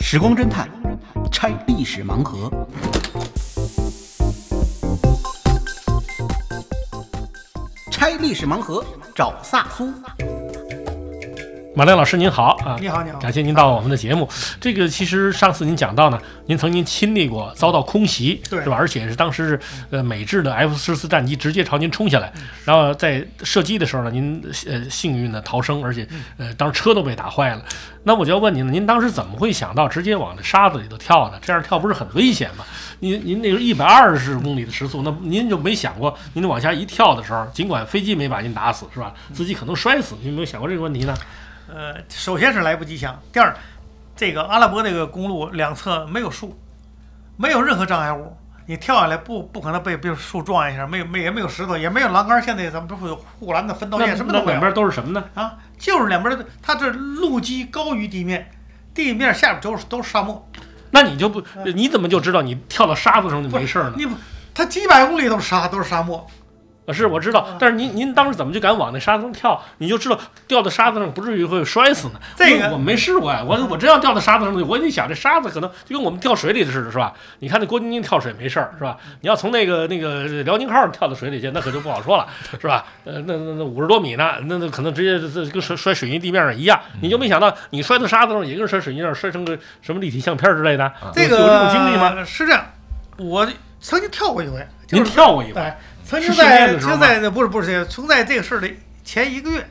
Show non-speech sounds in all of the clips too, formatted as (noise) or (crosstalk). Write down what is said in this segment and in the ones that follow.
时光侦探拆历史盲盒。拆历史盲盒，找萨苏。马亮老师您好啊，你好，你好。感谢您到我们的节目。这个其实上次您讲到呢，您曾经亲历过遭到空袭，对是吧？而且是当时是呃美制的 F 十四战机直接朝您冲下嗯来，然后在射击的时候呢，您呃幸运的逃生，而且嗯呃当时车都被打坏了。那我就要问您了，您当时怎么会想到直接往那沙子里头跳呢？这样跳不是很危险吗？您您那个一百二十公里的时速，那您就没想过您往下一跳的时候，尽管飞机没把您打死，是吧？嗯自己可能摔死，您有没有想过这个问题呢？呃，首先是来不及想，第二，这个阿拉伯那个公路两侧没有树，没有任何障碍物，你跳下来不不可能被被树撞一下，没有没也没有石头，也没有栏杆。现在咱们不是有护栏的分道那线，什么都那没两有边都是什么呢？啊，就是两边的，它这路基高于地面，地面下边都是都是沙漠，那你就不，你怎么就知道你跳到沙子上就没事儿呢？你不，它几百公里都是沙，都是沙漠。呃是我知嗯道，但是您您当时怎么就敢往那沙子上跳？你就知道掉到沙子上不至于会摔死呢？这因为个嗯我没试过呀，我我真要掉到沙子上去，我一想这沙子可能就跟我们跳水里的似的，是吧？你看那郭晶晶跳水没事儿，是吧？嗯你要从那个那个辽宁号跳到水里去，那可就不好说 (laughs) 了，是吧？呃，那那那五十多米呢，那那可能直接这这跟摔摔水泥地面上一样，你就没想到你摔到沙子上也跟摔水泥上摔成个什么立体相片之类的，啊这有个有这种经历吗？是这样，我曾经跳过一回，就您是跳过一回。哎，曾是经训练在的时候曾在那不是不是，曾在这个事儿的前一个月，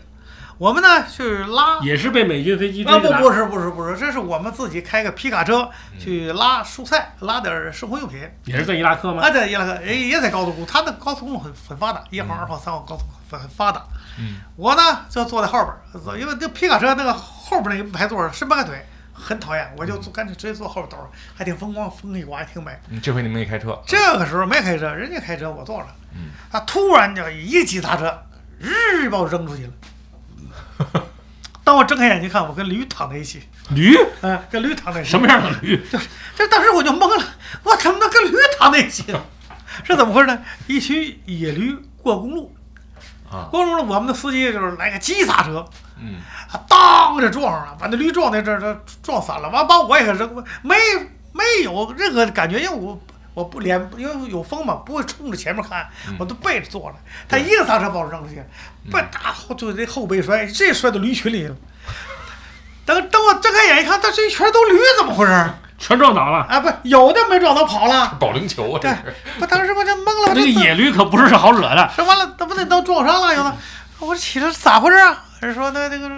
我们呢去拉也是被美军飞机追啊着不打。不是不是不是，这是我们自己开个皮卡车嗯去拉蔬菜，拉点儿生活用品。也是在伊拉克吗？啊，在伊拉克也也在高速公路，它的高速公路很很发达，一嗯号、二号、三号高速公路很很发达。嗯，我呢就坐在后边儿，坐因为这皮卡车那个后边那一排座儿伸不开腿，很讨厌，我就坐干脆直接坐后边儿儿，还挺风光，风一刮还挺美。嗯这回你没开车，这个时候没开车，人家开车，我坐着嗯。他突然就一急刹车，日把我扔出去了。当我睁开眼睛看，我跟驴躺在一起，驴哎、跟驴躺在一起。什么？样的驴？这当时我就懵了，我怎么能跟驴躺在一起呢？是怎么回事呢？一群野驴过公路，啊过公路我们的司机就是来个急刹车，嗯，啊，当就撞上啊了，把那驴撞在这儿，这撞散了，完把我也给扔，没没有任何感觉，因为我我不脸，因为有风嘛，不会冲着前面看，嗯我都背着坐着，他一个刹车把我扔出去，被大后就这后背摔，这摔到驴群里了。等等我睁开眼一看，他这一圈都驴，怎么回事儿？全撞倒了。啊，不，有的没撞到跑了，保龄球 (laughs) 啊，这对是，我当时我就懵了，那我这个怎野驴可不是好惹的。这完了，那不得都撞伤了？嗯有的，我说起来咋回事啊？人说那那个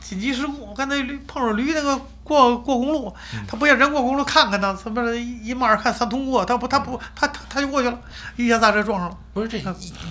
紧急事故，我看那驴碰上驴那个过过公路，嗯他不也人过公路看看呢？他不是一一骂二看三通过，他不他嗯不他他他就过去了，一下刹车撞上了，不是这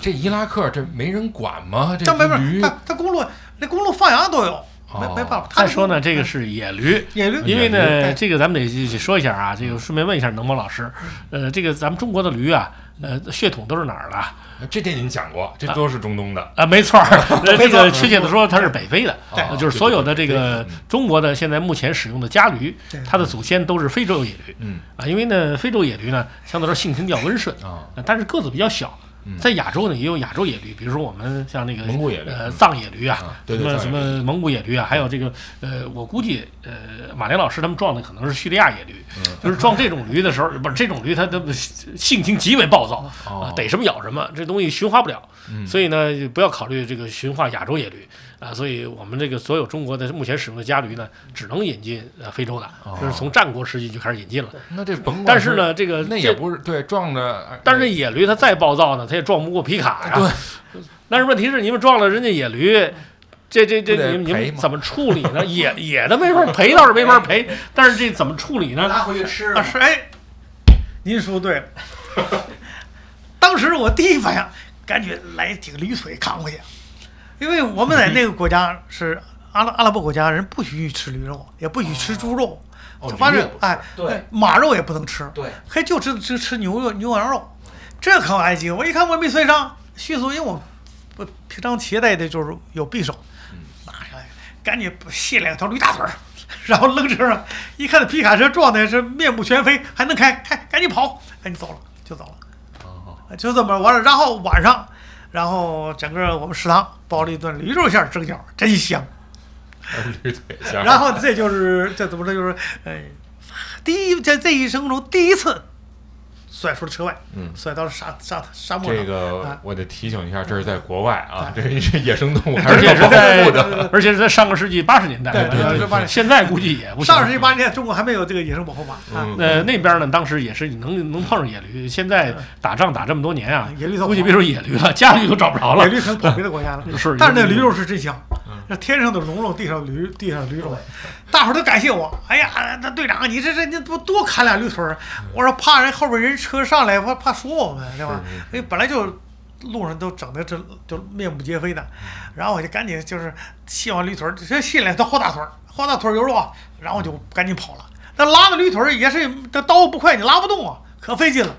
这伊拉克这没人管吗？这这没办驴法，他他公路那公路放羊都有，没哦没办法。他再说呢，这个是野驴。野驴，因为嗯野呢，对这个咱们得得说一下啊，这个顺便问一下能博老师，嗯呃，这个咱们中国的驴啊，呃，血统都是哪儿的啊？这这您讲过，这都是中东的，啊，没错儿，呃这 (laughs) 没错个儿确切的说，它是北非的，对呃就是所有的这嗯个中国的现在目前使用的家驴对，它的祖先都是非洲野驴嗯啊，因为呢，非洲野驴呢，相对来说性情较温顺，啊，嗯呃但是个子比较小。在亚洲呢，也有亚洲野驴，比如说我们像那个蒙古野驴呃，嗯藏野驴啊啊，对什对么什藏野么蒙古野驴啊，还有这个呃，我估计呃，马连老师他们撞的可能是叙利亚野驴，嗯就是撞这种驴的时候，不是这种驴它的性情极为暴躁，啊哦，嗯逮什么咬什么，这东西驯化不了，所以呢，就不要考虑这个驯化亚洲野驴啊，所以我们这个所有中国的目前使用的家驴呢，只能引进呃非洲的，哦就是从战国时期就开始引进了，那这甭管，但是，呢，这个这那也不是对撞着，哎但是野驴它再暴躁呢，它也撞不过皮卡呀、但是问题是，你们撞了人家野驴，这这这不得你们你赔们吗怎么处理呢？野 (laughs) 野的没法赔倒是没法赔，但是这怎么处理 (laughs) 呢？回去吃啊是哎，您说对了。当时我第一反应，赶紧来几个驴腿扛回去，因为我们在那个国家是阿拉阿拉伯国家，人不许吃驴肉，也不许吃猪肉，哦反驴正也不吃哎，对哎马肉也不能吃，对，嘿，就吃吃吃牛肉牛羊肉，这可还行。我一看我也没摔伤，迅速因为我我平常携带的就是有匕首，拿上来赶紧卸两条驴大腿儿，然后扔车上。一看那皮卡车撞的是面目全非，还能开，开赶紧跑，赶紧走了就走哦了，就这么完了。然后晚上，然后整个我们食堂包了一顿驴肉馅儿蒸 (laughs) 饺，真香。驴腿下，然后这就是这怎么说就是呃第一在这一生中第一次甩出了车外，嗯甩到了沙沙沙漠上。这个啊我得提醒一下，这是在国外啊，这是野生 (laughs) 动物，还而且是要保护的。在，而且是在上个世纪八十年代，对对对对现在估计也不行上世纪八十年代，中国还没有这个野生保护法啊，嗯呃，那边呢，当时也是你能能碰上野驴，现在打仗打这么多年啊，野驴都估计别说野驴了，家驴都找不着野了。驴可能跑别的国家了。是，但是那驴肉是真香，那天上的龙肉，地上的驴，地上的驴肉，大伙儿都感谢我。哎呀，那队长，你这这你不多砍俩驴腿儿？我说怕人后边人车上来，怕怕说我们，对吧？哎，本来就路上都整的这就面目皆非的，然后我就赶紧就是卸完驴腿儿，这卸了都后大腿儿，后大腿儿有肉啊，然后我就赶紧跑了。那拉的驴腿儿也是，这刀不快，你拉不动啊，可费劲了。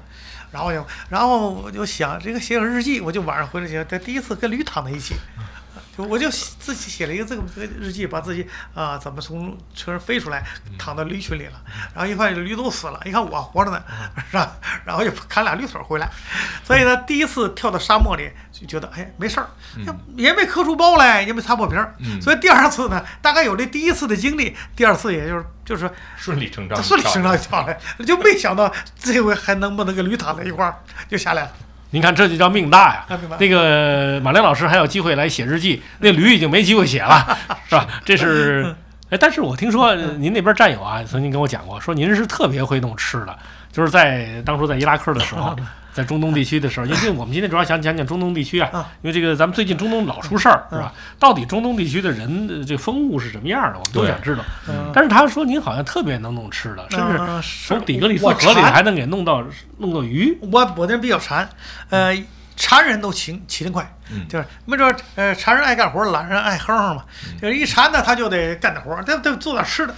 然后我就，然后我就想这个写写日记，我就晚上回来写，这第一次跟驴躺在一起，就我就写自己写了一个这个这个日记，把自己啊、怎么从车上飞出来，躺到驴群里了，然后一看驴都死了，一看我活着呢， (laughs) 然后然后就砍俩驴腿儿回来，所以呢，第一次跳到沙漠里就觉得哎没事儿，也没磕出包来，也没擦破皮儿，嗯所以第二次呢，大概有这第一次的经历，第二次也就是就是说 (laughs) 顺理成章他地顺理成跳章就下来，就没想到这回还能不能跟驴躺在一块儿就下来了。您看这就叫命大呀啊明白。那个马亮老师还有机会来写日记，那驴已经没机会写 (laughs) 了，是吧？这是，哎，但是我听说呃您那边战友啊，曾经跟我讲过，说您是特别会弄吃的，就是在当初在伊拉克的时 (laughs) 候。在中东地区的时候，因为我们今天主要想讲讲中东地区啊啊，因为这个咱们最近中东老出事儿，是吧？到底中东地区的人的这风物是什么样的，我们都对想知道。嗯，但是他说您好像特别能弄吃的，甚至嗯从底格里斯我河里馋还能给弄到弄到鱼。我我那比较馋，呃，馋人都勤起得快，嗯就是没准儿呃，馋人爱干活，懒人爱哼哼嘛。嗯就是一馋呢，他就得干点活儿，得得做点吃的。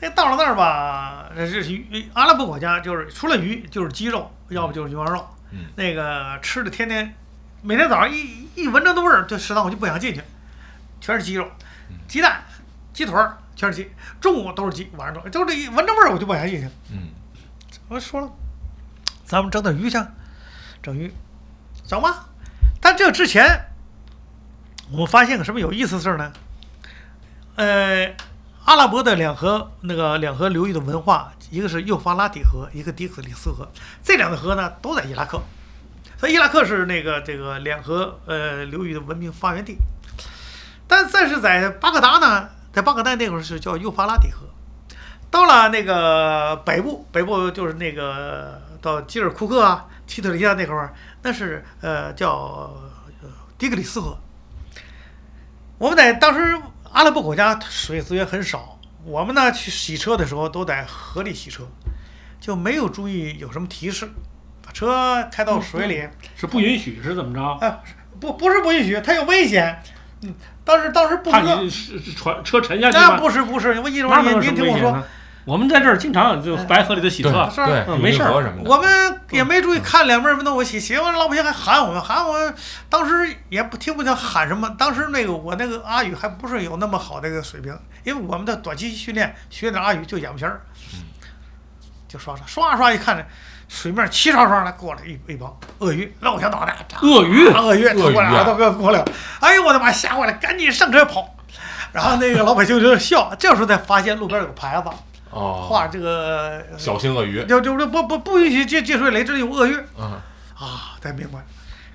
那到了那儿吧，这这是鱼阿拉伯国家，就是除了鱼就是鸡肉，要不就是牛羊肉。嗯那个吃的天天，每天早上一一闻着那味儿，这食堂我就不想进去，全是鸡肉、嗯鸡蛋、鸡腿儿，全是鸡。中午都是鸡，晚上都都这一闻着味儿我就不想进去。嗯我说了，咱们整点鱼去，整鱼，整吧。但这之前，我们发现个什么有意思的事儿呢？呃，阿拉伯的两河那个两河流域的文化，一个是幼发拉底河，一个底格里斯河，这两个河呢都在伊拉克，所以伊拉克是那个这个两河呃流域的文明发源地。但但是在巴格达呢，在巴格达那会儿是叫幼发拉底河，到了那个北部，北部就是那个到基尔库克啊、提特里亚那块儿，那是呃叫呃底格里斯河。我们在当时阿拉伯国家水资源很少，我们呢去洗车的时候都在河里洗车，就没有注意有什么提示，把车开到水里。是不允许是怎么着？啊，不不是不允许，它有危险。嗯，当时当时不知怕道，你是是船车沉下去那吗？不是不是，我一会那儿能您有什您么听危我嗯险说，呢？我们在这儿经常就白河里头洗对车，是吧对，嗯没事儿有河什么的，我们也没注意看两边儿没动，我洗洗完老百姓还喊我们，喊我们，当时也不听不见喊什么。当时那个我那个阿语还不是有那么好的一个水平，因为我们的短期训练学点阿语就眼巴前儿，就刷刷刷刷一看着水面齐刷刷的过来一一帮鳄鱼，露小脑袋，鳄鱼大鳄鱼鳄过鱼来啊了，大哥过来了，哎呦我的妈，吓坏了，赶紧上车跑。然后那个老百姓就在笑，这时候才发现路边有个牌子，哦，画这个小心鳄鱼，就就就不不不允许进进水雷，这里有鳄鱼嗯啊，才明白。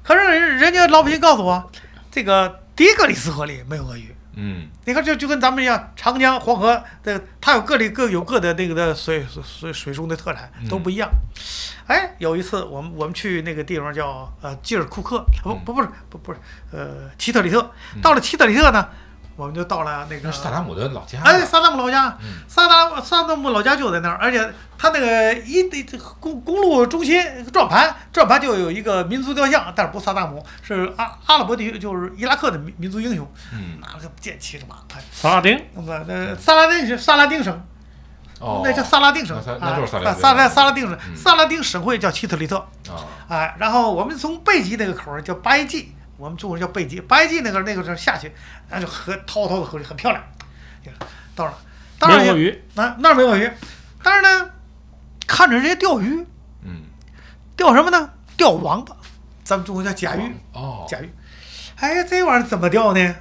可是人人家老百姓告诉我，这个底格里斯河里没有鳄鱼。嗯你看，就就跟咱们一样，长江、黄河的，它有各里各有各的那个的水水水水中的特产嗯都不一样。哎，有一次我们我们去那个地方叫呃基尔库克，不嗯不不是不不是呃齐特里特，到了齐特里特呢，我们就到了那那个是萨达姆的老家，哎，萨达姆老家嗯，萨达萨达姆老家就在那儿，而且他那个一这这公公路中心转盘，转盘就有一个民族雕像，但是不萨达姆，是阿阿拉伯地区，就是伊拉克的民民族英雄，嗯拿了个剑骑着马，哎萨拉丁。那么那萨拉丁是萨拉丁省，哦，那叫萨拉丁省那萨，那啊就是萨拉啊丁萨拉萨拉丁省，嗯萨拉丁省会叫齐特里特，啊，哎，然后我们从贝吉那个口儿叫白吉，我们中国人叫贝吉，白吉那个那个地儿下去，那就河滔滔的河水很漂亮，就是到了，当然没有也鳄鱼，啊那儿没有鳄鱼，但是呢，看着人家钓鱼，嗯，钓什么呢？钓王八，咱们中国叫甲鱼，哦，甲鱼，哎，这玩意儿怎么钓呢？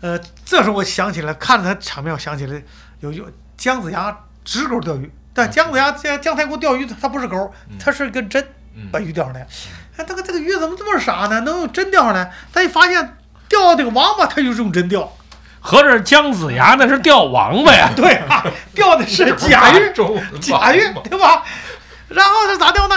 呃，这时候我想起来，看着他场面，我想起来有有姜子牙直钩钓鱼，对，啊姜子牙姜姜太公钓鱼，它不是钩，它是根针嗯把鱼钓上来。哎，这个这个鱼怎么这么傻呢？能用针钓上来？他一发现钓到这个王八，他就是用针 (laughs) 钓。合着姜子牙那是钓王八呀？对啊，钓的是甲 (laughs) 鱼，甲鱼对吧？然后他咋钓呢？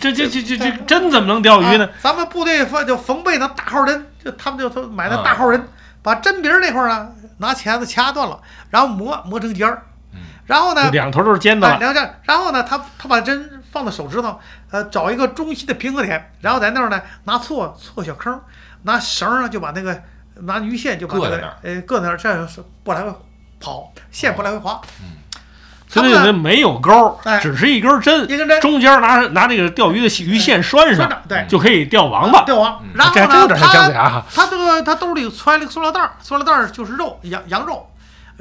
这这这这这真怎么能钓鱼呢嗯啊？咱们部队说就缝备那大号针，就他们就说买那啊大号针，把针鼻儿那块儿呢拿钳子掐断了，然后磨磨成尖儿嗯，然后就呢，两头都是尖的哎，了，然后这，然后呢，他他把针放到手指头，呃，找一个中心的平衡点，然后在那儿呢拿锉锉小坑儿，拿绳儿啊就把那个拿鱼线就把那搁个在那儿呃搁在那儿，这样是不来回跑，哦线不来回滑，所以那没有钩哎，只是一根针，一根针中间拿拿这个钓鱼的鱼线拴哎拴上，着，对，就可以钓王八。对王嗯。然后这还真有呢，点像姜子他啊牙哈。啊他这个他兜里揣了个塑料袋儿，塑料袋儿就是肉，羊羊肉，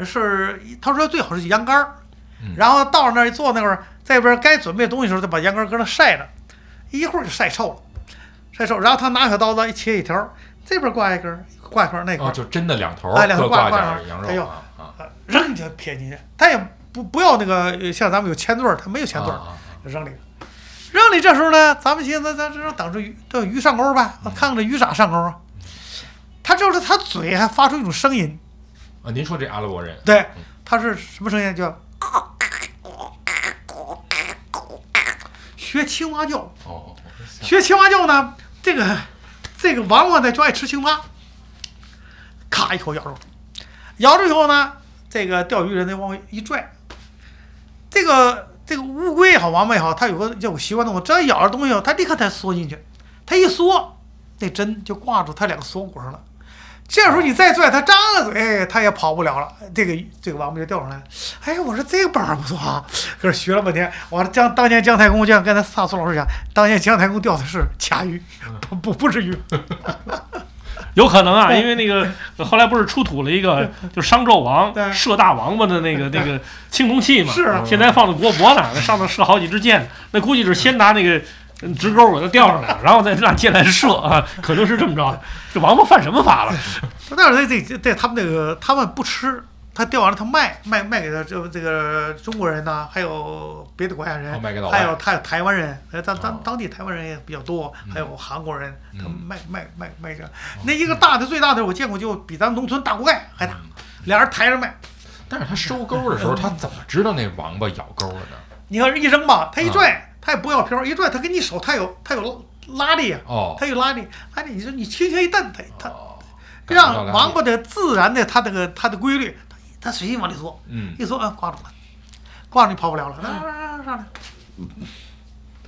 是他说最好是羊肝儿嗯，然后到那儿一坐那会儿，在边儿该准备东西的时候，再把羊肝儿搁那晒着，一会儿就晒臭了，晒臭。然后他拿小刀子一切一条儿，这边儿挂一根儿，挂一块儿，那块哦，儿、就真的两头哎两头各挂挂点挂儿上羊哎肉呦啊啊，呃扔就撇进去，他也不不要那个呃像咱们有铅坠儿，他没有铅坠儿，啊就扔里了。扔里这时候呢，咱们寻思咱这等着鱼，这鱼上钩呗，看看这鱼咋上钩啊。他就是他嘴还发出一种声音，啊！您说这阿拉伯人，对，他是什么声音？叫 (laughs) 学青蛙叫，哦，哦学青蛙叫呢，这个这个王八呢就爱吃青蛙，咔一口咬住，咬住以后呢，这个钓鱼人呢往外一拽，这个这个乌龟也好，王八也好，它有个有个习惯动作，只要咬着东西以后，它立刻它缩进去，它一缩，那针就挂住它两个锁骨上了。这时候你再拽它，张了嘴，哎它也跑不了了。这个这个王八就钓上来了。哎，我说这个板儿不错啊，可是学了半天。我说江当年姜太公就像刚才萨苏老师讲，当年姜太公钓的是甲鱼，不 (laughs) 嗯不不是鱼。有可能啊，因为那个后来不是出土了一个就商纣王对射大王八的那个那个青铜器嘛，嗯是啊现在放在国博呢，那上头射好几支箭，那估计是先拿那个嗯直钩把它吊上来，然后再拿箭来射啊，可能是这么着的。这王八犯什么法了？但是这这这他们那个他们不吃，他钓完了他卖卖卖给他这这个中国人呐、还有别的国家人，哦卖给老外还有还有台湾人，呃当当哦当地台湾人也比较多，嗯还有韩国人，他们嗯哦卖卖卖卖这，那一个大的最大的我见过就比咱们农村大锅盖还嗯大，俩人抬着卖，但是他收钩的时候，嗯他怎么知道那王八咬钩了呢？你看一扔吧，啊他一拽，他也不要漂，一拽他跟你手他有他有拉力啊呀、哦，他有拉力，拉力你说你轻轻一蹬他他哦感觉到让了王八的自然的它这个它的规律，它它随意往里缩，嗯，一缩啊挂住了，挂住你跑不了了，那那上来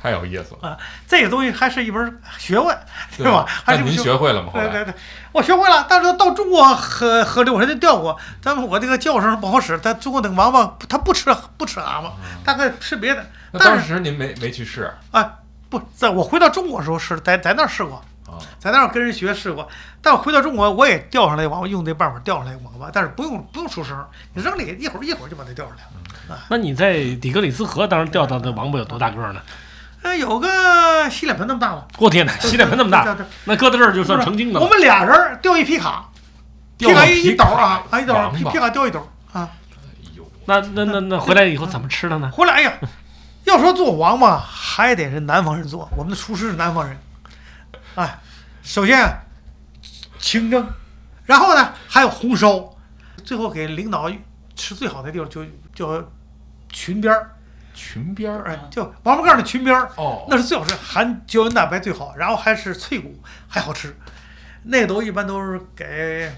太有意思了，啊！这个东西还是一门学问，对吧？还啊 (laughs) 是那一门您学问学会了吗？后对来对对，我学会了，但是到中国河河流我还真钓过，但是我这个叫声不好使，但中国那个王八它不吃不吃蛤蟆，大概吃别的，嗯那但当是时您没没去试啊？啊不在我回到中国的时候是在在那儿试过，啊在那儿跟人学试过，但我回到中国我也钓上来王八，用这办法钓上来王八，但是不用不用出声，你扔里一会儿一会儿就把它钓上来嗯了。那你在底格里斯河当时钓到的王八有多大个儿呢？呃，有个洗脸盆那么大吗？我天哪，洗脸盆那么对 (laughs) 大，对对那搁到这儿就算成精的我了。们俩人儿钓一皮卡，钓卡皮一斗啊，卡啊一斗儿王皮八皮卡钓一斗儿啊。哎呦，那那那那回来以后怎么吃的呢？回来哎呀，要说做王八还得是南方人做，我们的厨师是南方人。哎，首先啊清蒸，然后呢还有红烧，最后给领导吃最好的地方就叫裙边儿，裙边儿哎，就王八盖儿的裙边儿，哦，那是最好吃，含胶原蛋白最好，然后还是脆骨，还好吃。那个都一般都是给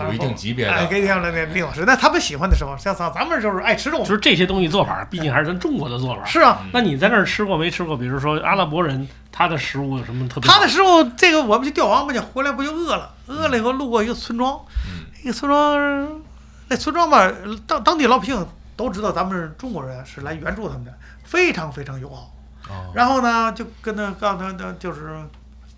有一定级别哎的，给领导那领导吃，那他们喜欢的时候，像咱咱们就是爱吃肉就，是这些东西做法，毕竟还是咱中国的做法。是啊，那你在那儿吃过没吃过？比如说阿拉伯人他的食物有什么特别好？他的时候，这个我们去钓王八去，回来不就饿了？饿了以后路过一个村庄，嗯那个村庄，那村庄吧，当当地老百姓都知道咱们是中国人是来援助他们的，非常非常友好。哦然后呢，就跟他告诉他，他就是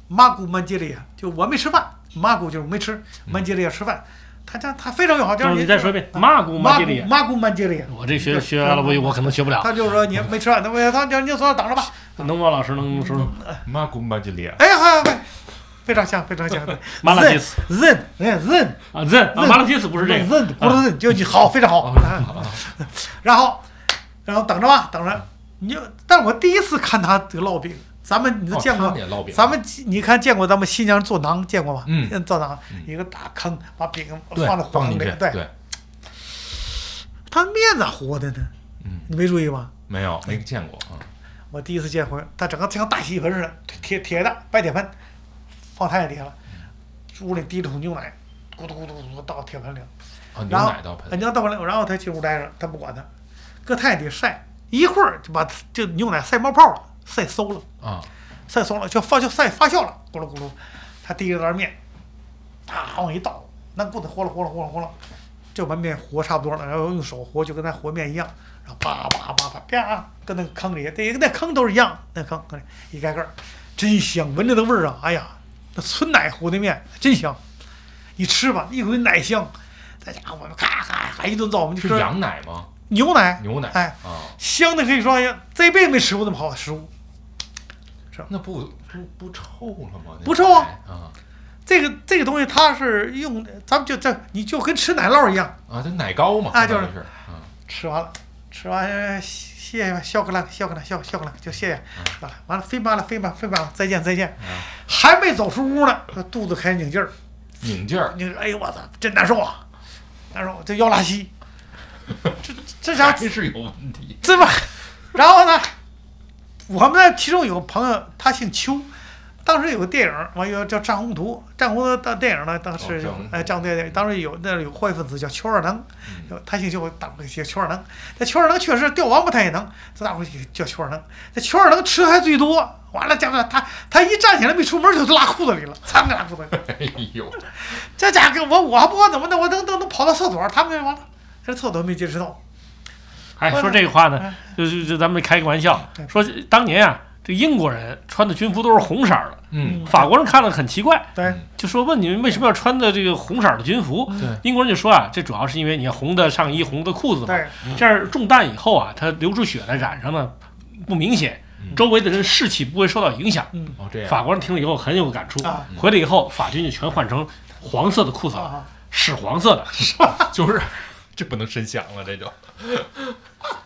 马古曼吉利亚，就我没吃饭，马古就是没吃，嗯曼吉利亚吃饭，他他他非常友好，就就是是你再说一遍，马古马马吉古里，啊马古曼吉利亚，我这学学阿拉伯语我可能学不了。他就说你没吃饭，他说他叫你就坐那等着吧。能王老师能说说马古马吉列，哎，好，好非常像，非常 (laughs) 像。麻辣鸡丝 Zen Zen Zen 啊？这啊麻辣鸡丝不是这个，哦 Zen 不是啊 Zen，就就好，非常好。然后然后等着吧，等着。你就，但我第一次看他得烙饼，咱们你都哦见过，他们也烙饼咱们你看见过咱们新疆做馕见过吗？嗯现在做馕嗯一个大坑，把饼对放在放火里进，去，对，他面咋和的呢？嗯你没注意吗？没有没见过啊，我第一次见回，他整个像大洗盆似的，铁铁的白铁盆，放太阳底下了，屋里滴了桶牛奶，咕嘟咕嘟咕嘟倒铁盆里了，哦，牛然后奶倒哎盆，牛奶倒盆里，然后他进屋待着，他不管他，搁太阳底下晒，一会儿就把这牛奶晒冒泡了，晒馊了，啊，晒馊了就发就晒发酵了，咕噜咕噜，他滴了袋面，啪往一倒，那棍子和了和了和了和了，就把面和差不多了，然后用手和就跟咱和面一样，然后叭叭叭叭啪，跟那个坑里，那那坑都是一样，那坑坑里一盖盖儿，真香，闻着那味儿啊，哎呀，那纯奶和的面真香，你吃吧，一股奶香，在家伙我们咔咔咔一顿造，我们就是吃羊奶吗？牛奶，牛奶，哎，啊，香的可以说，哎呀，这辈子没吃过那么好的食物。那不不不臭了吗？那不臭啊奶，啊这个这个东西它是用，咱们就这你就跟吃奶酪一样，啊，这奶糕嘛，啊就是相当于是，嗯吃完了，吃完呃谢谢吧，笑个了，笑个了，笑笑个了，就谢谢，完了完了，飞吧了，飞吧飞吧了，再见再见，还没走出屋呢，这肚子开始拧劲儿，拧劲儿，拧，哎呦我操，真难受啊，难受，这腰拉稀，这这家还是有问题，这不， (laughs) 然后呢，我们那其中有个朋友，他姓邱，当时有个电影，完有叫《战红图》，《战红图》的电影呢，当时有哦战红图嗯哎张对对，当时有那有坏分子叫邱二能，有他姓邱，大伙儿叫邱二能。这邱二能确实掉王八他也能，这大伙儿叫邱二能。这邱二能吃的还最多，完了家伙他他一站起来没出门就拉裤子里了，噌给拉裤子里了。哎呦，这家伙我我还不管怎么的，我等等等跑到厕所，他们完了，这厕所都没接触到，哎，说这个话呢，就就就咱们开个玩笑，说当年啊，这英国人穿的军服都是红色儿的，嗯，法国人看了很奇怪，对。就说问你们为什么要穿的这个红色儿的军服？对，英国人就说啊，这主要是因为你红的上衣、红的裤子嘛，对，这样中弹以后啊，它流出血来染上了不明显，嗯周围的人士气不会受到影响。哦这样，法国人听了以后很有感触啊，回来以后法军就全换成黄色的裤子了，啊，屎黄色的。就是这不能深想了，这就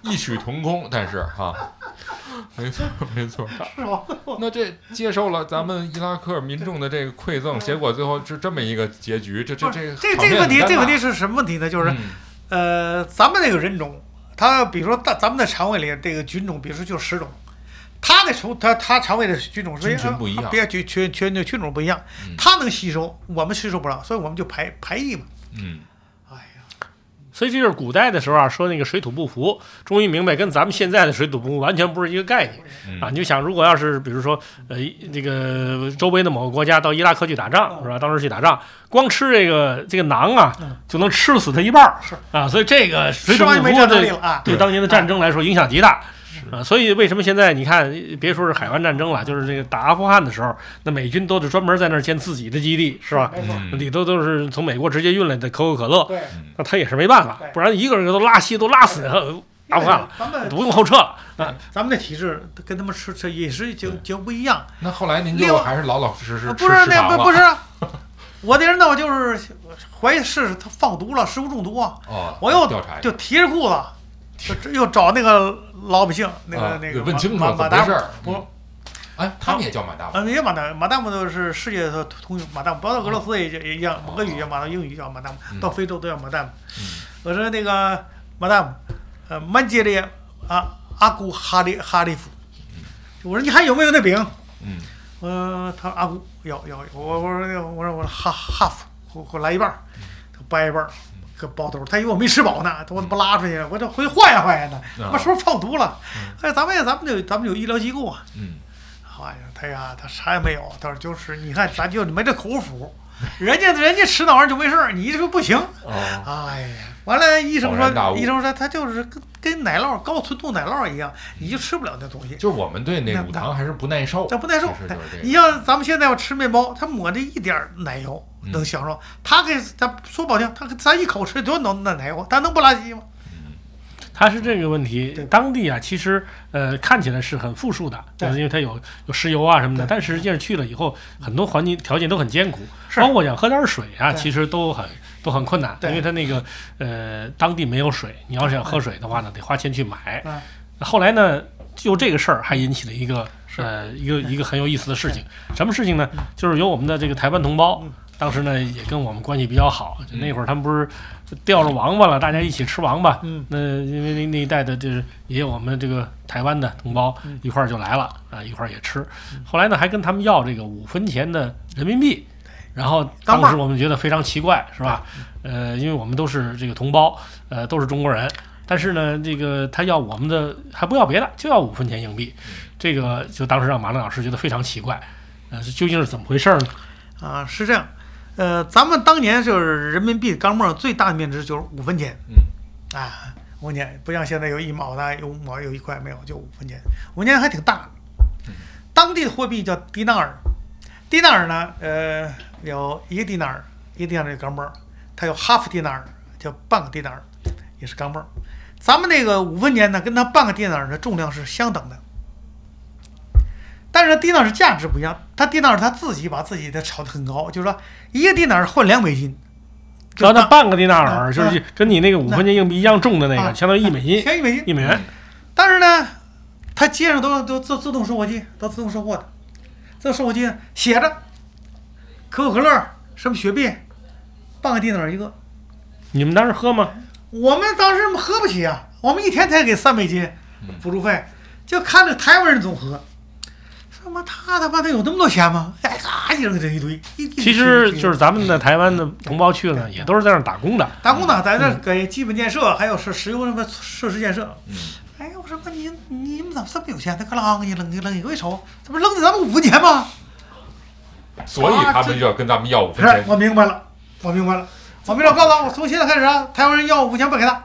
异曲同工，但是哈。没错，没错。是吧？那这接受了咱们伊拉克民众的这个馈赠，结果最后是这么一个结局，这这不是这这这个问题，这个问题是是什么问题呢？就不是呃，咱们这个人种，它比如说大咱们的肠胃里这个菌种，比如说就十种，它的从它它肠胃的菌种是菌群不一样别菌群群的菌种不一样嗯，它能吸收，我们吸收不了，所以我们就排排异嘛。嗯，哎呀，所以这就是古代的时候啊，说那个水土不服，终于明白跟咱们现在的水土不服完全不是一个概念嗯啊！你就想，如果要是比如说呃这个周围的某个国家到伊拉克去打嗯仗是吧？当时去打仗，光吃这个这个馕啊，就能吃死他一半儿是啊！所以这个水吃土不完就没服战斗力对了啊！对当年的战争来说影响极大。啊，所以为什么现在你看，别说是海湾战争了，就是这个打阿富汗的时候，那美军都是专门在那儿建自己的基地，是吧？没错，嗯里头都是从美国直接运来的可口可乐，对，那他也是没办法对，不然一个人都拉稀，都拉死 (laughs) 呃啊阿富汗了，咱们不用后撤了。咱们的体质跟他们吃吃饮食就就不一样。那后来您另就外还是老老实实啊吃不是食那堂不了不是，啊 (laughs) 我的人呢，我就是怀疑是他放毒了，食物中毒啊。哦，我又调查一下就提着裤子，就又找那个老百姓，那个、啊那得个问清楚马马怎么回达事儿。不，哎，他们也叫马达姆，呃，也马达马达姆都是世界的通用马达姆，包括俄罗斯也也一样，俄语叫马达姆，英语叫马达姆，嗯到非洲都叫马达姆。我说那个马达姆，呃，满街的啊阿古哈里哈里夫，我说你还有没有那饼？嗯，我说他说阿古有有有，我我说那个我说我说哈哈夫，给我给我来一半儿，他掰一半儿，搁包兜儿，他以为我没吃饱呢，他我不拉出去了，我这回去化验化验呢，啊我是不是放毒了？哎，咱们也咱们就咱们有医疗机构啊，嗯，好玩意儿，他呀他啥也没有，他说就是你看咱就没这口福，人家人家吃那玩意儿就没事儿，你这个不行，哦，哎呀，完了医生恍然大悟说医生说他就是跟跟奶酪高纯度奶酪一样，你就吃不了那东西。就是我们对那那啊乳糖还是不耐受，他不耐受其实就。是你这个，像咱们现在要吃面包，他抹着一点儿奶油嗯能享受，他给咱说不好听，他给咱一口吃多少奶奶油，他能不拉稀吗？它是这个问题对，当地啊，其实呃看起来是很富庶的，对就是因为它有有石油啊什么的，对但实际上去了以后，很多环境条件都很艰苦，是包括想喝点水啊，对其实都很都很困难，对因为它那个呃当地没有水，你要是想喝水的话呢，得花钱去买嗯。后来呢，就这个事儿还引起了一个呃一个一个很有意思的 (laughs) 事情，什么事情呢？嗯就是有我们的这个台湾同胞，当时呢也跟我们关系比较好，就那会儿他们不是钓着王八了，大家一起吃王八。嗯那因为那那一带的就是也有我们这个台湾的同胞一块儿就来了啊，一块儿也吃。后来呢还跟他们要这个五分钱的人民币。然后当当伴儿时我们觉得非常奇怪，是吧？呃，因为我们都是这个同胞，呃，都是中国人，但是呢，这个他要我们的还不要别的，就要五分钱硬币，这个就当时让马亮老师觉得非常奇怪，呃，这究竟是怎么回事呢？啊，是这样，呃，咱们当年就是人民币钢镚儿最大的面值就是五分钱，嗯，啊，五分钱不像现在有一毛的，有五毛有一块没有，就五分钱，五分钱还挺大。当地的货币叫迪纳尔，迪纳尔呢，呃，有一个迪纳尔，一个迪纳尔是钢镚儿，它有 half 迪纳尔，叫半个迪纳尔，也是钢镚儿。咱们那个五分钱呢，跟它半个迪纳尔的重量是相等的，但是迪纳尔价值不一样，他迪纳尔他自己把自己的炒得很高，就是说一个迪纳尔换两美金，然后那半个迪纳啊尔就是跟你那个五分钱硬币一样重的那啊个，相当于一美金，嗯便宜美金。一美元。但是呢，他街上都都自自动售货机，都自动售货的，自动售货机呢写着可口可乐什么雪碧，半个迪纳尔一个。你们当时喝吗？我们当时喝不起啊，我们一天才给三美金补助费，就看着台湾人总喝。说他妈他他妈的有那么多钱吗？哎，咔一扔这一堆，一一堆其实一堆就是咱们的台湾的同胞去了呢，也都是在那儿打工的。打工党在这给基本建设，还有是石油什么设施建设。哎呀，我说妈，你你们怎么这么有钱？他咔啷一扔一扔，我一瞅，这不扔的咱们五分钱吗？哎所以他们就要跟咱们要五不分是钱，。哎我明白了，我明白了，我明白了。告诉我，从现在开始啊，台湾人要五千不给他。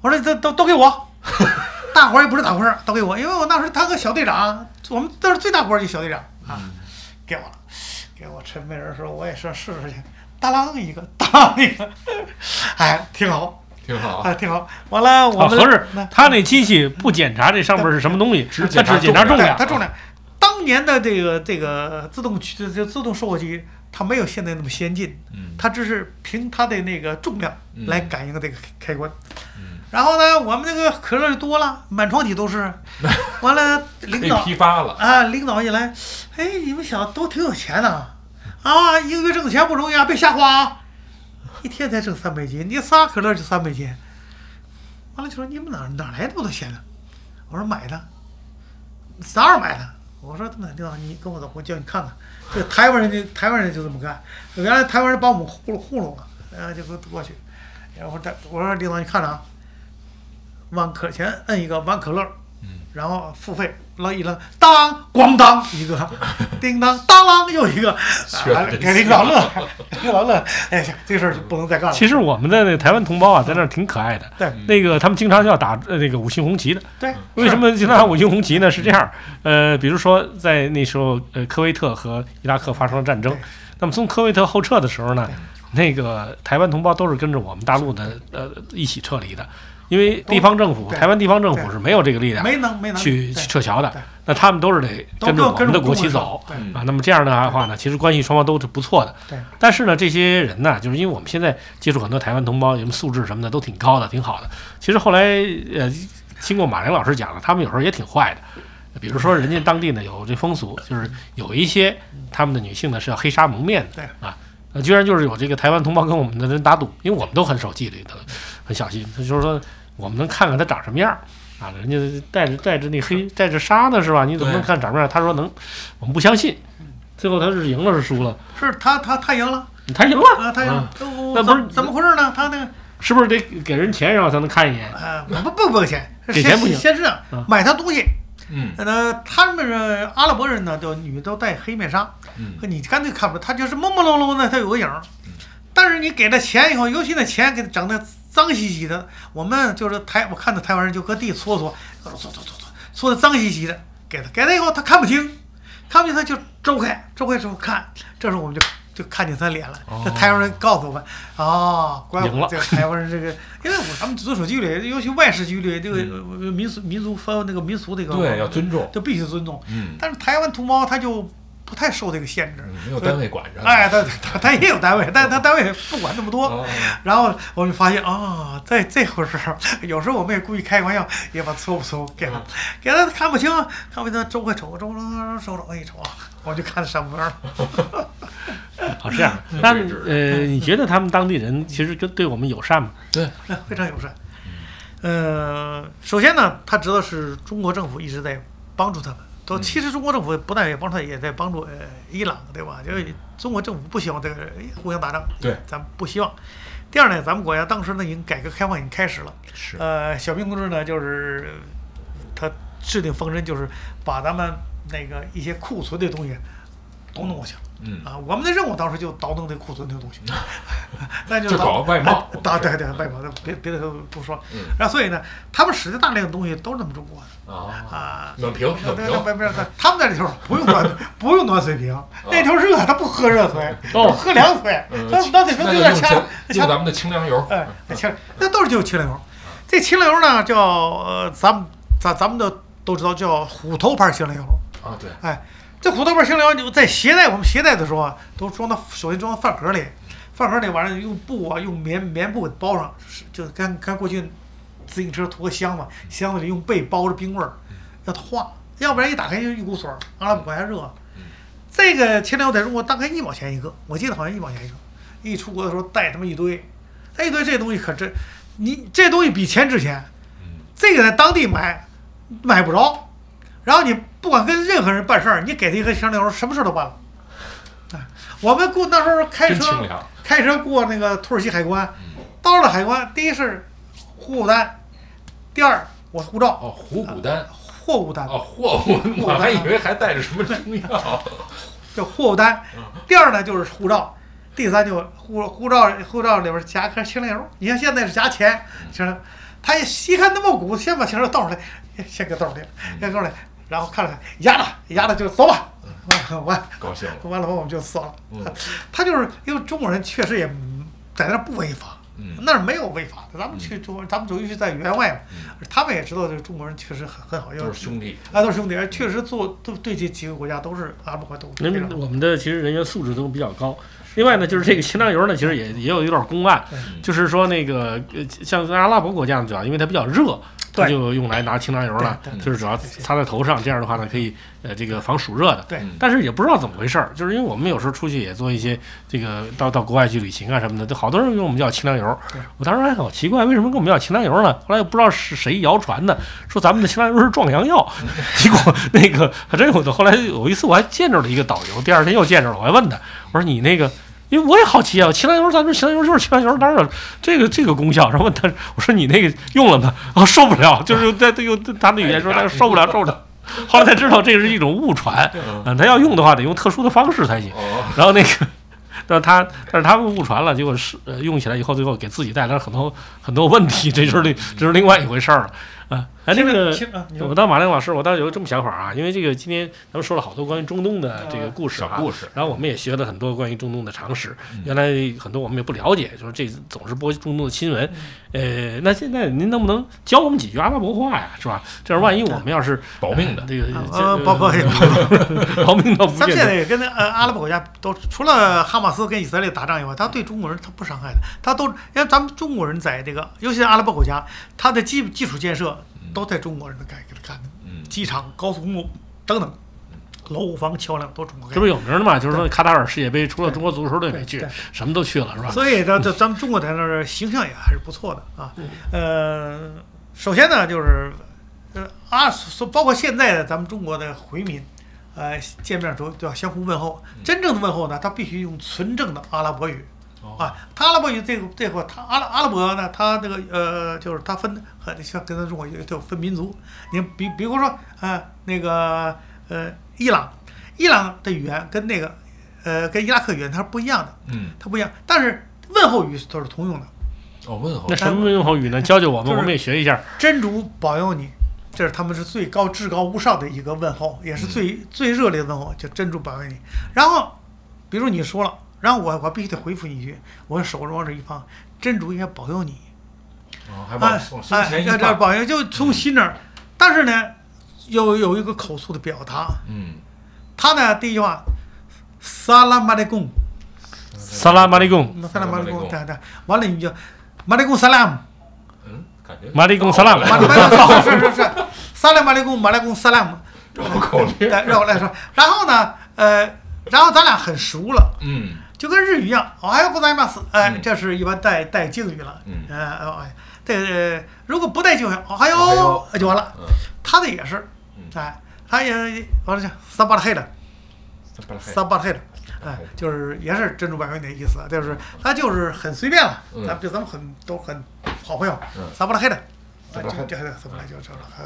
我说都都都给我， (laughs) 大伙儿也不是打伙儿，都给我，因为我那时候他和小队长，我们当时最大伙儿就小队长啊，给我了，给我陈美人的时候我也说试试去，当啷一个，当啷一个， (laughs) 哎，挺好挺好啊，挺好。完了，我啊，们合着那他那机器不检查这上面是什么东西，只他检查只检查重重对量，它重量。当年的这个这个自动驱就自动售货机，它没有现在那么先进，嗯它只是凭它的那个重量嗯来感应这个开关。然后呢，我们那个可乐就多了，满床底都是。完了，领被导批发了，啊，领导一来，哎，你们小子都挺有钱呐、啊，一个月挣的钱不容易啊，别瞎花啊，一天才挣三百斤，你仨可乐就三百斤。完了就说你们哪哪来那么多钱呢、我说买的，哪儿买的？我说那领导你跟我走，我叫你看看。这台湾人就台湾人就这么干，原来台湾人把我们糊弄糊弄了，然后就给我过去，然后他我说领导你看着啊，往可前摁一个往可乐，然后付费扔一扔，当咣当一个， (laughs) 叮当当啷又一个，学啊得，真给领导乐， (laughs) 领导乐，哎行，这事儿就不能再干了。其实我们的那台湾同胞啊，在那儿挺可爱的。对那个他们经常要打呃那个五星红旗的。对，嗯为什么经常打五星红旗呢？是这样，呃，比如说在那时候，呃，科威特和伊拉克发生了战争对，那么从科威特后撤的时候呢，那个台湾同胞都是跟着我们大陆的呃一起撤离的，因为地方政府，对台湾地方政府对是没有这个力量没能没能去对去撤侨的对，那他们都是得都跟着我跟们的着国中旗国走对嗯啊。那么这样的话呢，其实关系双方都是不错的。对但是呢，这些人呢，就是因为我们现在接触很多台湾同胞，什么素质什么的都挺高的，挺好的。其实后来呃，经过马良老师讲了，他们有时候也挺坏的。比如说，人家当地呢有这风俗，就是有一些他们的女性呢是要黑纱蒙面的，啊，呃居然就是有这个台湾同胞跟我们的人打赌，因为我们都很守纪律的，很小心。他就是说，我们能看看他长什么样儿啊，人家带着带着那黑带着纱呢是吧？你怎么能对看长什么样儿？他说能，我们不相信。最后他是赢了是输了？是他他他赢了他赢了，啊，他赢了啊，都那不是怎怎么回事呢？他那个是不是得给人钱然后才能看一眼？呃不不不给钱，给钱不行先是这样啊买他东西，嗯呃他们是阿拉伯人呢，就女都戴黑面纱，嗯，你干脆看不，他就是朦朦胧胧的，他有个影儿。但是你给了钱以后，尤其那钱给整的脏兮兮的，我们就是台，我看到台湾人就搁地搓搓，搓搓搓搓搓，搓的脏兮兮的，给他给他以后他看不清，看不清他就周开，周开之后看，这时候我们就就看见他脸了。哦这台湾人告诉我们，哦，怪赢我了这个台湾人这个，因为我咱们遵守纪律，尤其外事纪律，这个呃民俗民族分那个民俗这个，嗯对，要尊重，就必须尊重。嗯但是台湾同胞他就不太受这个限制。没有单位管着。哎，他他他也有单位，但是他单位不管那么多哦。然后我就发现啊，这这回事儿，有时候我们也故意开玩笑，也把错不错给嗯他，给他看不清，看不清，周快瞅，周周周周一瞅，我就看上边了。好 (laughs) 这样的。那呃，你觉得他们当地人其实跟对我们友善吗？对，那哎非常友善。呃，首先呢，他知道是中国政府一直在帮助他们。都嗯其实中国政府不但也帮助他，也在帮助呃伊朗，对吧？就是中国政府不希望这个哎互相打仗，嗯对咱们不希望。第二呢，咱们国家当时呢，已经改革开放已经开始了。是呃，小平同志呢，就是他制定方针，就是把咱们那个一些库存的东西倒腾过去。嗯啊，我们的任务当时就倒腾这库存这个东西，那就是就搞倒外贸哎倒对对外贸，别别的都不说。嗯然后所以呢，他们使的大量的东西都是咱们中国的啊，啊。冷瓶那冷那那瓶，外面的，他们那里头不用暖，不用暖水瓶，那头热，他不喝热水，哦喝凉水，嗯他们暖水瓶那就有就点用呛清，呛用咱们的清凉油。哎，那清那都是就是清凉油。这清凉油呢，叫呃，咱们咱咱们的都知道叫虎头牌清凉油。啊，对，哎，这虎头牌清凉油在携带我们携带的时候啊，都装到首先装到饭盒里，饭盒里完了用布啊用棉棉布给包上，是就跟跟过去自行车驮个箱子，箱子里用被包着冰棍儿，要它化，要不然一打开就一股水儿，阿拉伯国家热。这个清凉油在中国大概一毛钱一个，我记得好像一毛钱一个。一出国的时候带他妈一堆，带一堆这东西可真，你这东西比钱值钱。这个在当地买买不着，然后你不管跟任何人办事儿，你给他一个香料，什么事儿都办了。哎我们过那时候开真清车凉。嗯开车过那个土耳其海关，到了海关，第一是货物单，第二我护照哦，虎骨丹。货物单哦，货物，我还以为还带着什么中 (laughs) 药。这货物单，嗯第二呢就是护照，第三就是护护照护照里边夹一颗清凉油。你看现在是夹钱，嗯清凉，他一一看那么鼓，先把清凉油倒出来，先给倒出来，嗯先倒出来，然后看了看，压着压着就走吧，完完高兴嗯了，完了完我们就算了。嗯 (laughs) 他就是因为中国人确实也在那儿不违法，嗯那儿没有违法的。咱们去中国，咱们尤其是在员外嘛，他们也知道这个中国人确实很很好，因为嗯都是兄弟。啊，都是兄弟，而确实做都对这几个国家都是阿拉伯国家都那是非常好。我们的其实人员素质都比较高。另外呢，就是这个清凉油呢，其实也也有一点公案，就是说那个呃像阿拉伯国家呢，主要因为它比较热，它对就用来拿清凉油呢对，就是主要擦在头上，这样的话呢，可以呃这个防暑热的。对，但是也不知道怎么回事儿，就是因为我们有时候出去也做一些这个到到国外去旅行啊什么的，都好多人跟我们要清凉油对。我当时还好奇怪，为什么跟我们要清凉油呢？后来也不知道是谁谣传的，说咱们的清凉油是壮阳药。结果那个还真有的。后来有一次我还见着了一个导游，第二天又见着了，我还问他，我说你那个。因为我也好奇啊，清凉油，咱们清凉油就是清凉油，当然有这个这个功效。然后问他，我说你那个用了吗？啊，受不了，就是在又他那语言说他受不了，受不了。后来才知道这是一种误传，嗯嗯，他要用的话得用特殊的方式才行。哦， (laughs) 然后那个，但他但是他们误传了，结果是、呃、用起来以后，最后给自己带来了很多很多问题，这就是另这是另外一回事儿了。啊，哎，那个听啊，你说我倒马亮老师，我倒有这么想法啊，因为这个今天咱们说了好多关于中东的这个故事、啊，小故事嗯然后我们也学了很多关于中东的常识，原来很多我们也不了解，就是这总是播中东的新闻，嗯呃，那现在您能不能教我们几句阿拉伯话呀，是吧？这样万一我们要是嗯保命的呃这个呃啊这 (laughs) 包括 (laughs) 保命倒不咱见们现得在也跟那呃阿拉伯国家都除了哈马斯跟以色列打仗以外，他对中国人他不伤害的，他都因为咱们中国人在这个，尤其是阿拉伯国家，他的基基础建设嗯都在中国人的改革干的，嗯机场、高速公路等等，楼房桥梁都中国这不干的。是有名的嘛？就是说卡塔尔世界杯，除了中国足球队没去对对，什么都去了，是吧？所以咱咱咱们中国在那儿形象也还是不错的嗯啊。呃，首先呢就是，呃啊，说包括现在的咱们中国的回民，呃，见面的时候都要相互问候。嗯真正的问候呢，他必须用纯正的阿拉伯语。哦啊，他阿拉伯语这个这块，他阿拉阿拉伯呢，他这个呃，就是他分很像跟咱中国有有分民族。你比比如说呃那个呃伊朗，伊朗的语言跟那个呃跟伊拉克语言它是不一样的。嗯，它不一样，但是问候语都是通用的。哦，问候那什么用好语呢？教教我们，就是我们也学一下。真主保佑你，这是他们是最高至高无上的一个问候，也是最、嗯最热烈的问候，就真主保佑你。然后，比如你说了，然后我我必须得回复你一句，我手往这一放，真主也保佑你。哦还往哎往胸哎，前一要这放，嗯保佑就从心那儿，但是呢，有有一个口述的表达，嗯他呢第一句话，萨拉马雷贡，萨拉马利贡，萨拉马雷 Assalamualaikum 贡，对对，完了你就马雷贡萨拉姆，嗯，感觉马利贡萨拉姆，马马雷贡是是是，萨拉马雷贡马雷贡萨拉姆，绕口令，对，让我来说，然后呢，呃，然后咱俩很熟了。嗯就跟日语一样，我还要不在ます。哎，嗯这是一般带带敬语了。嗯呃，哦哎，这个呃如果不带敬语，哦还哦还有有就完了。嗯，他的也是嗯，哎，他也完了就萨巴拉黑了，萨巴拉黑了。嗯哎，就是也是珍珠百味的意思，就是他就是很随便了，嗯咱们就咱们很都很好朋友嗯，萨巴拉黑的，啊萨巴拉黑就这萨巴拉就这了，很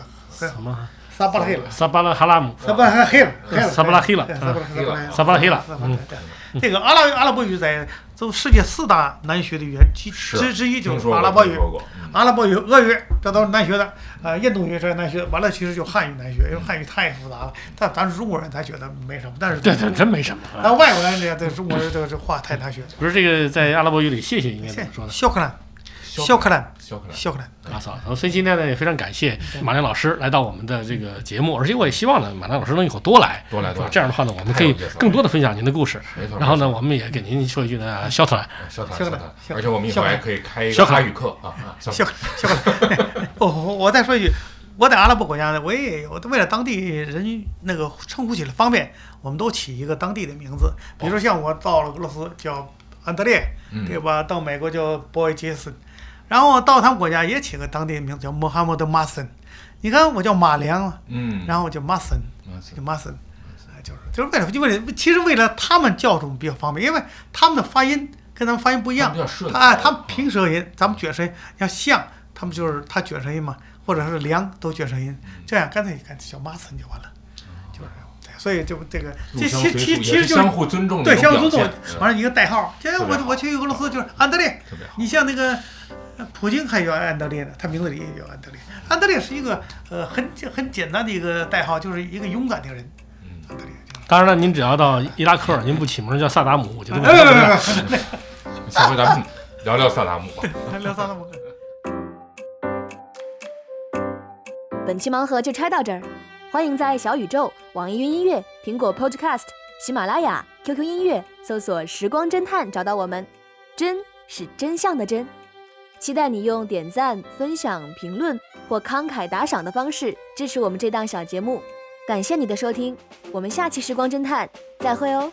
什很么萨巴拉黑了。萨巴拉哈拉姆，萨巴拉黑了，黑了，哎萨巴拉黑了对嗯萨巴拉黑了，萨巴拉黑了嗯萨巴拉黑了哎这个阿拉阿拉伯语在都世界四大难学的语言之是之之一，就听是说过阿拉伯语听、说过嗯阿拉伯语、俄语，这都是难学的。呃，印度语这也难学，完了其实就汉语难学，因为汉语太复杂了。但咱中国人才觉得没什么，但 (laughs) 是对对，真没什么。但啊外国人这这中国人这个这话太难学了。不是这个在阿拉伯语里谢谢应该怎谢么说呢？肖克兰，肖克兰，肖克兰，肖克兰，阿嫂，然后所以今天呢也非常感谢马亮老师来到我们的这个节目，而且我也希望呢马亮老师能以后多来，多来多来这样的话呢我们可以太有意思了更多的分享您的故事没错。然后呢我们也给您说一句呢，肖特兰，肖克兰，肖克肖克兰兰，肖而且我们以后肖克兰还可以开一个肖克阿兰语课啊啊，肖克肖克兰，肖克兰。 (laughs) 我我我再说一句，我在阿拉伯国家呢，我也有为了当地人那个称呼起来方便，我们都起一个当地的名字，哦比如说像我到了俄罗斯叫安德烈，嗯对吧？到美国叫 Boy Jason，然后到他们国家也起个当地的名字叫 Mohammed Mason。你看我叫马良啊，嗯，然后我叫 Mason，嗯是就 Mason，哎就是就是为了就为了其实为了他们叫这么比较方便，因为他们的发音跟咱们发音不一样他们比较，顺他哎口啊他们平舌音，咱们卷舌音要像，他们就是他卷舌音嘛，或者是梁都卷舌音，嗯这样干脆干脆叫 Mason 就完了，就是对，所以就这个互这相其哦随其俗也其实是就是相互尊重的对，一种相互尊重表现，完了一个代号。这特别我好我去俄罗斯就是安德烈特别好，你像那个呃普京还有安德烈呢，他名字里也有安德烈。安德烈是一个呃很很简单的一个代号，就是一个勇敢的人。嗯安德烈当然了，您只要到伊拉克，您不起名叫萨达姆，我觉得我们就哎别别能别让别嗯下回咱们聊聊萨达姆吧。别，聊萨达姆。本期盲盒就拆到这儿，欢迎在小宇宙、网易云音乐、苹果 Podcast、喜马拉雅、QQ 音乐搜索“时光侦探”找到我们。真是真相的真，期待你用点赞、分享、评论或慷慨打赏的方式支持我们这档小节目。感谢你的收听，我们下期《时光侦探》再会哦。